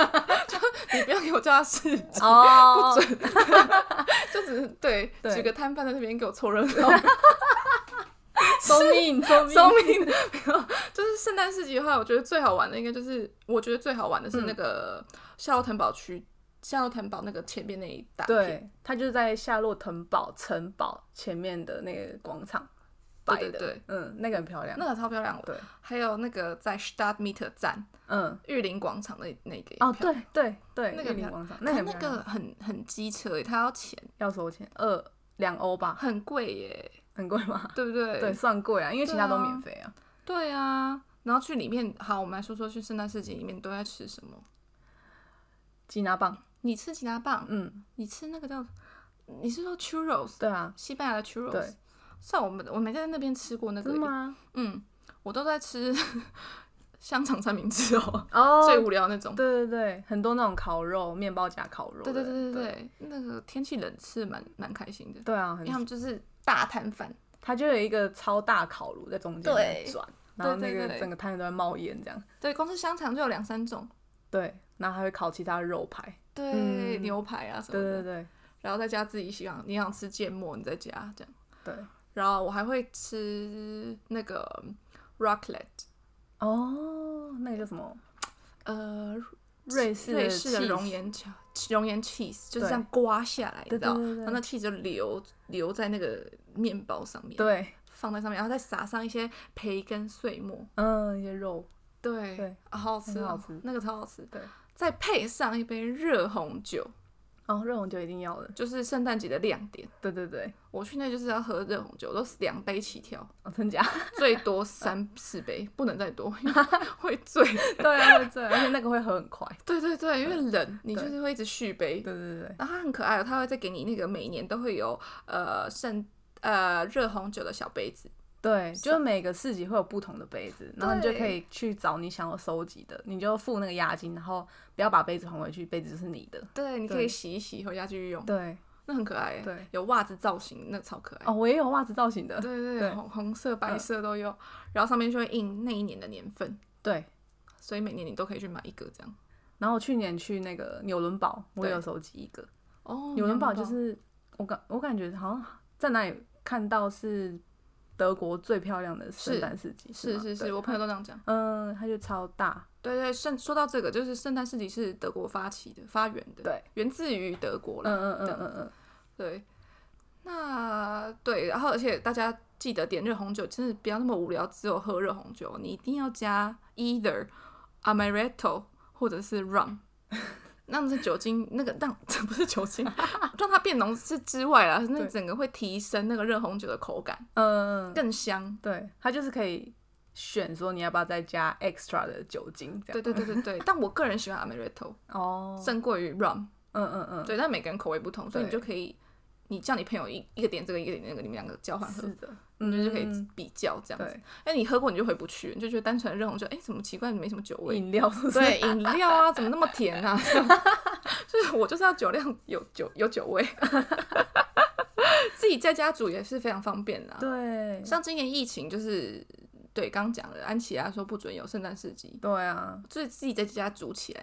就你不要给我叫它市集，哦， 就只是对啊对哦几个摊贩在那边给我凑热闹，收命收命，收 命。没有，就是圣嗯诞市集的话，我觉得最好玩的应该就是，我觉得最好玩的是那个夏洛滕堡区夏洛腾堡那个前面那一大片，对，它就是在夏洛滕堡城堡前面的那个广场摆对的，对对嗯，那个很漂亮，那个超漂亮的。对，还有那个在 Stadtmitte 站嗯，玉林广场的那个也哦，漂亮，对对对，那个玉林漂广场，那那很那漂亮个很很机车欸耶，它要钱，要收钱，二两欧吧，很贵耶，很贵吗？对不对？对，算贵啊，因为其他对都啊免费啊。对啊。然后去里面，好，我们来说说去圣诞市集里面都在吃什么。吉拿棒，你吃吉拿棒，嗯，你吃那个叫，你是说 churros，对啊，西班牙的对 churros？像我们我没在那边吃过那个真的，吗？嗯，我都在吃 香肠三明治哦， 哦，最无聊那种。对对对，很多那种烤肉，面包夹烤肉的，对对对对对，对，那个天气冷是蛮蛮开心的，对因啊，很为他们就是大摊贩，它就有一个超大烤炉在中间对转，然后那对对个对整个摊子都在冒烟这样。对，光是香肠就有两三种，对，然后还会烤其他肉排。对，嗯牛排啊什么对对的，对然后在家自己喜欢，你想吃芥末，你在家这样，对。然后我还会吃那个 rocklet，哦，那个叫什么？呃，瑞士瑞士的 cheese 熔岩巧熔岩 cheese 就是对这样刮下来，你对知道，对对对然后那 cheese 就流流在那个面包上面，对，放在上面，然后再撒上一些培根碎末，嗯，一些肉。对，对啊好好吃、很哦，好吃那个超好吃，对，再配上一杯热红酒，哦，热红酒一定要的。就是圣诞节的亮点。对对对，我去那就是要喝热红酒，都是两杯起 跳，哦，真假？最多三四杯，不能再多，因为会醉。对啊，会醉， 而且那个会喝很快。对对对，因为冷，你就是会一直续杯对。对对然后它很可爱哦，它会再给你那个每年都会有呃圣呃热红酒的小杯子。对，就是每个市集会有不同的杯子，然后你就可以去找你想要收集的，你就付那个押金，然后不要把杯子还回去，杯子就是你的。对，你可对以洗一洗，回家继续用，对，那很可爱耶。对有袜子造型，那超可爱。哦，我也有袜子造型的。对对嗯对对，红红色、白色都有，然后上面就会印那一年的年份，对，所以每年你都可以去买一个这样。然后我去年去那个纽伦堡，我对有收集一个。哦，纽伦堡年就是我感我感觉好像在哪里看到是德国最漂亮的圣诞市集，是吗是是，对我朋友都这样讲。嗯，它就超大，对对，圣说到这个，就是圣诞市集是德国发起的、发源的，对，源自于德国嗯了。嗯嗯这样嗯嗯，对，那对，然后而且大家记得点热红酒，真的不要那么无聊，只有喝热红酒，你一定要加 either amaretto 或者是 rum。让这酒精那个让这不是酒精， 让它变浓是之外啦，那对整个会提升那个热红酒的口感，嗯嗯，嗯更香。对，它就是可以选说你要不要再加 extra 的酒精这对样，对对对 对，但我个人喜欢 amaretto 哦，胜过于 rum。嗯嗯嗯，对，但每个人口味不同，所以你对就可以，你叫你朋友一一个点这个，一个点那个，你们两个交换喝是，的，你就是可以嗯比较这样子。对哎，你喝过你就回不去，你就觉得单纯的热红酒，哎，怎么奇怪，没什么酒味？饮料是不是？ 对，饮料啊，怎么那么甜啊？ 这样就是我就是要酒量有酒有酒味， 自己在家煮也是非常方便的啊、对像今年疫情就是对刚讲了，安琪拉说不准有圣诞市集，对啊，就是自己在家煮起来。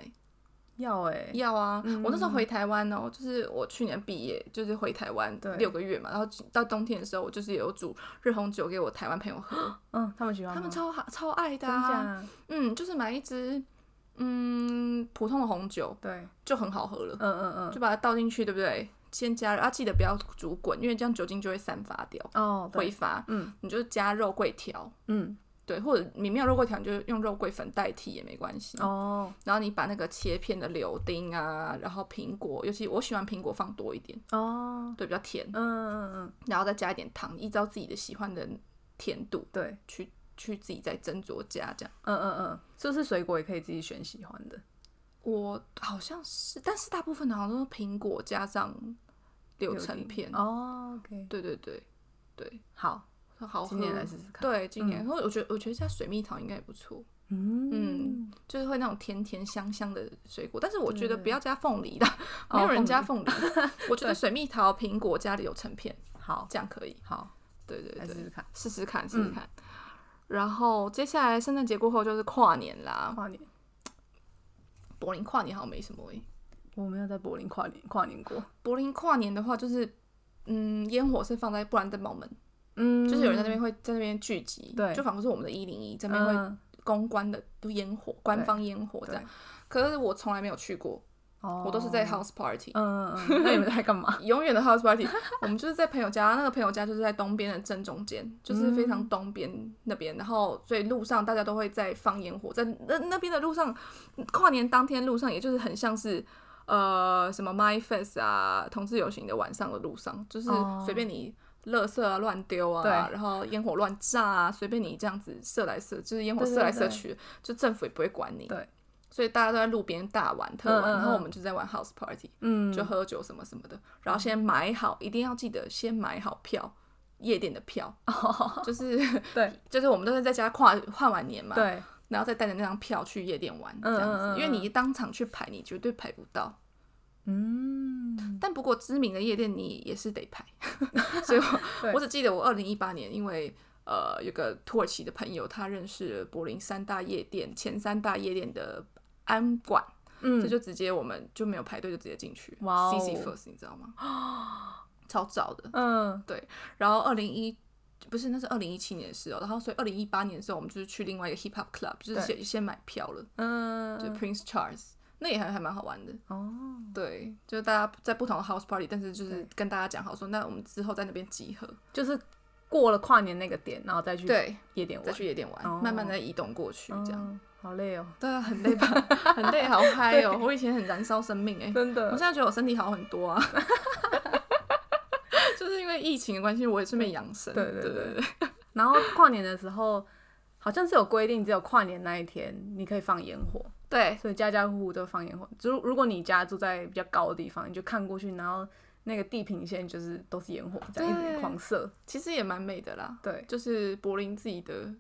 要哎，要啊，我那时候嗯回台湾哦，就是我去年毕业，就是回台湾对六个月嘛，然后到冬天的时候，我就是有煮热红酒给我台湾朋友喝，嗯，他们喜欢他们吗？超好超爱的、真啊，假？嗯，就是买一支嗯普通的红酒对，就很好喝了嗯，嗯嗯，就把它倒进去，对不对？先加热啊，记得不要煮滚，因为这样酒精就会散发掉，哦，挥对，发。嗯，你就加肉桂条，嗯，对，或者你没有肉桂条，你就用肉桂粉代替也没关系。哦，然后你把那个切片的柳丁啊，然后苹果，尤其我喜欢苹果放多一点，哦，对，比较甜嗯，嗯嗯，然后再加一点糖，依照自己的喜欢的甜度对，去去自己再斟酌加这样。嗯嗯嗯，就是水果也可以自己选喜欢的我好像是，但是大部分的好像都是苹果加上柳橙丁片，哦，OK，对对对对，好，好喝。今年来试试看。对，今年，然后、我觉得我觉得加水蜜桃应该也不错，嗯，就是会那种甜甜香香的水果，但是我觉得对不要加凤梨的， 没有哦人加凤哦凤梨，我 觉得水蜜桃、苹果加柳橙片好这样可以。好对对来试对，试看。试试看，嗯试试看。然后接下来圣诞节过后就是跨年啦，跨年，柏林跨年好像没什么欸诶。我没有在柏林跨年跨年过，柏林跨年的话，就是嗯，烟火是放在布兰登堡门，嗯就是有人在那边会在那边聚集，对就仿佛是我们的一零一这那边会会公关的烟火，官方烟火这对样。可是我从来没有去过，哦，我都是在 house party。嗯，嗯嗯，那你们在干 嘛？永远的 house party，我们就是在朋友家，那个朋友家就是在东边的正中间，就是非嗯常东边那边。然后，所以路上大家都会在放烟火，在那那边的路上，跨年当天路上，也就是很像是呃什么 My Fest 啊，同志游行的晚上的路上，就是哦随便你。垃圾啊，乱丢对啊，然后烟火乱炸啊，随便你这样子射来射，就是烟火对对射来射对去，就政府也不会管你。对，所以大家都在路边大玩特玩，嗯嗯然后我嗯们就在玩 house party。嗯，就喝酒什么什么的，然后先买好，一定要记得先买好票，夜店的 票，就是对就是我们都是在家跨跨完年嘛，，对，然后再带着那张票去夜店玩，嗯这样子，嗯嗯因为你当场去排，你绝对排不到。嗯，但不过知名的夜店你也是得 排， 所以我对我只记得我二零一八年，因为呃有个土耳其的朋友，他认识了柏林三大夜店前三大夜店的安管，嗯，这就直接我们就没有排队就直接进去。哇哦 c c First 你知道吗？ 超早的。嗯然后二零一不是那是二零一七年的事哦，然后所以二零一八年的时候我们就是去另外一个 hip hop club，就是对先先买票了，嗯，就 Prince Charles。那也还还蛮好玩的，哦，对，就是大家在不同的 house party，但是就是对跟大家讲好说，那我们之后在那边集合，就是过了跨年那个点，然后再去对，夜店玩，再去夜店玩，哦慢慢的移动过去，这样，嗯，好累哦，对啊，很累吧， 很累，好嗨哦，我以前很燃烧生命哎、真我的现，在觉得我身体好很多啊， 就是因为疫情的关系，我也顺便养生。对对对对对然后跨年的时候。好像是有规定，只有跨年那一天你可以放烟火，对所以家家户户都放烟火。如如果你家住在比较高的地方，你就看过去，然后那个地平线就是都是烟火，这样一对直狂射。其实也蛮美的啦，对，就是柏林自己的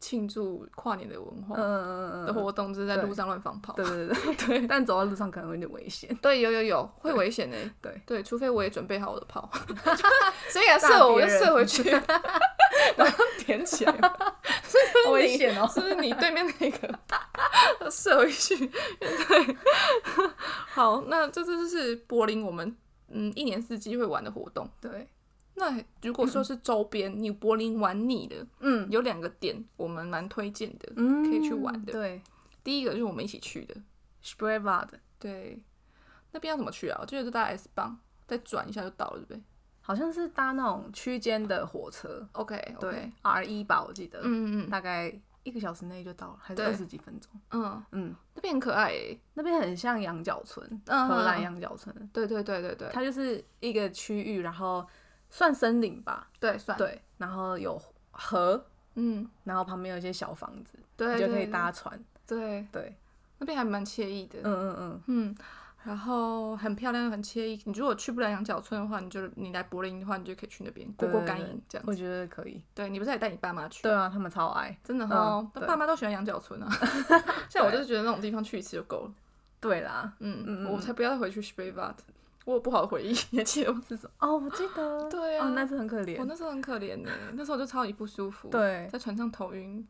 庆祝跨年的文化嗯嗯嗯嗯的嗯，活动，就是在路对上乱放炮。对对对对对， 但走到路上可能有点 危险。对，有有有，会危险的。对对，除非我也准备好我的 炮，谁敢射炸我，我就别人射 回去，然后点起来，好危险哦是不是你对面那个 射回去？对，好，那这这就是柏林我们嗯一年四季会玩的活动。 对，那如果说是周边，你柏林玩腻了，嗯有两个点我们蛮推荐的。嗯，可以去玩的对第一个就是我们一起去的， s p r e v a d 对，那边要怎么去啊？我记得就搭 S 棒，再转一下就到了，对不对好像是搭那种区间的火车， ？OK，对，R 一吧，我记得，嗯嗯大概一个小时内就到了，还是对二十几分钟。嗯，嗯，那边很可爱欸诶、那边很像羊角村，嗯荷兰羊角村，对对对对对，它就是一个区域，然后算森林吧，对算，对，然后有河，嗯，然后旁边有一些小房子，对，你就可以对搭船。对对，对，那边还蛮惬意的，嗯嗯嗯，嗯，然后很漂亮，很惬意。你如果去不了羊角村的话，你就你来柏林的话，你就可以去那边过对过对干对瘾这样我子。觉得可以。对你不是也带你爸妈去？对啊，他们超爱。真的嗯哦，那对爸妈都喜欢羊角 村啊。像我就是觉得那种地方去一次就够了。对啦，嗯，嗯嗯我才不要再回去 s p r e v a t 我有不好的回忆，你还记得吗？是什么？哦， 我记得。对啊哦，那次很可我怜。那时候很可怜呢，那时候就超级不舒服，，对，在船上头晕，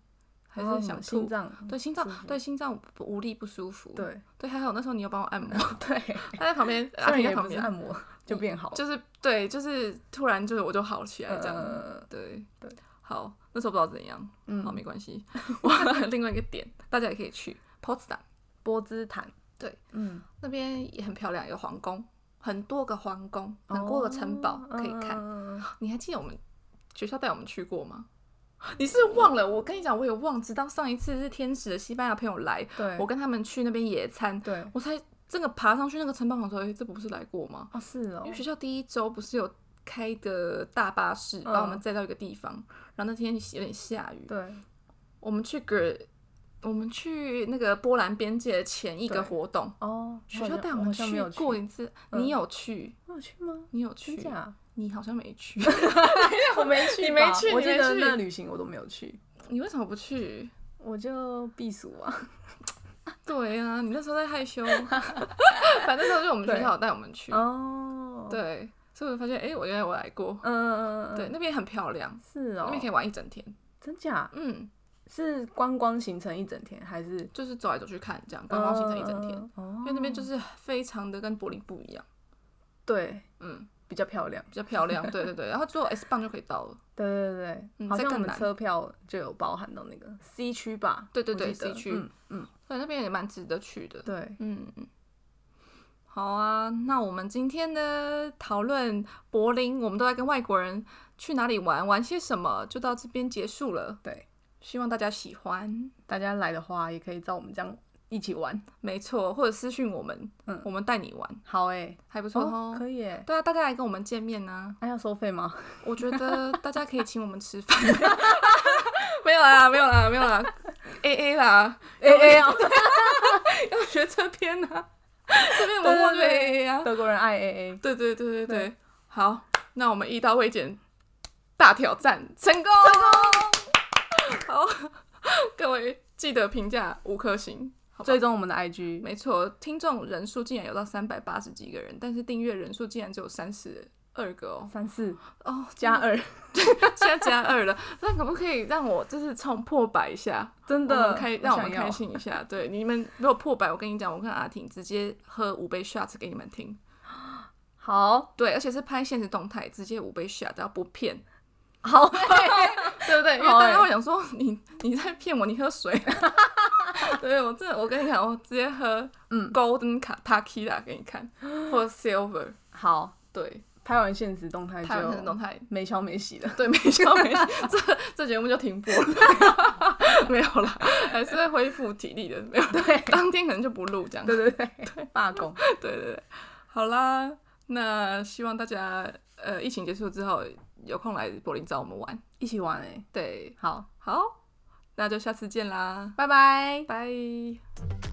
还然后是什想么心吐。脏。对心脏舒，服对心脏无力不舒服。对对，还好那时候你有帮我按摩， 对，他在旁边，虽阿然啊婷在也旁不是边，按 摩就变好了。就是对，就是突然就是我就好起来这样。呃，对对，好，那时候不知道怎样，好嗯，没关 系。我另外一个点，大家也可以去 Potsdam 波兹坦。对，嗯，那边也很漂亮，有皇宫，很多个皇宫，很多个城堡哦可以看。嗯嗯嗯嗯你还记得我们学校带我们去过吗？ 你是忘了？我跟你讲，我也忘，直到上一次是天使的西班牙朋友来，对，我跟他们去那边野餐，对，我才这个爬上去那个城堡的时候，诶这不是来过吗？哦是哦因为，学校第一周不是有开的大巴士把我们载到一个地方，然后那天有点下雨，嗯对，我们去个我们去那个波兰边界的前一个对活动，哦，学校带我们好像没去有去过一次，嗯你有去，我有去吗？你有真去，假？ 你好像没 去，我没去吧，你没去我你记没得去那旅行我都没有去，你为什么不去？ 我就避暑啊。对啊，你那时候在害 羞，反正那时候就我们学校有带我们去，哦，，对，所以我就发现，哎、我原来我来过，嗯嗯嗯，嗯对，，那边很漂亮，是那哦边，可以玩一整天，真假？嗯，是观光行程一整天还是就是走来走去看这样，观光行程一整天。？哦，因为那边就是非常的跟柏林不一样，对，嗯，比较漂亮。比较漂亮，对对对，然后坐 S 棒就可以到了，对对对嗯对，好再像我更们南车票就有包含到那个 C 区吧？对对我对记，C 得区嗯嗯，所以那边也蛮值得去的，对，嗯嗯。好啊，那我们今天呢讨论柏林，我们都在跟外国人去哪里玩，玩些什么，就到这边结束了。对，希望大家喜欢。大家来的话也可以照我们这样一起玩，没错，或者私讯我们，嗯我们带你玩，好哎、还不错哦哦，。可以哎、对啊，大家来跟我们见面呢、那、要收 费吗？我觉得大家可以请我们吃饭。 没有啦，没有啦，没有啦，A A 啦，哎哎啊，要学这边呢、这边文化就对对 A A 啊。 德国人爱哎 AA，对对对对对，好，那我们一刀未剪大挑战成功， 好，各位记得评价五颗星。好吧追踪我们的 IG，没错，听众人数竟然有到三百八十几个人，但是订阅人数竟然只有三十二个哦。三四哦，加加二，现在加二了， 那可不可以让我就是冲破百一下？真我的们开让我们想要开心一下。对，你们如果破百，我跟你讲，我跟阿婷直接喝五杯 shots 给你们听。好对，而且是拍现实动态，直接五杯 shot，要不骗， 好对不对？因为好大欸家会想说你你在骗我，你喝水。 对我真的，我跟你讲，我直接喝嗯 Golden k a k i l a 给你看，或者 Silver。好，对，拍完现实动态拍完现实就动态，没消没息的。对，没笑没笑，这这节目就停播了， 没有啦，还是会恢复体力的，没有，对当天可能就不录这样。对对对，罢工，对对对，好啦，那希望大家呃疫情结束之后有空来柏林找我们玩。一起玩哎，对，好，好，那就下次见啦，拜拜。拜。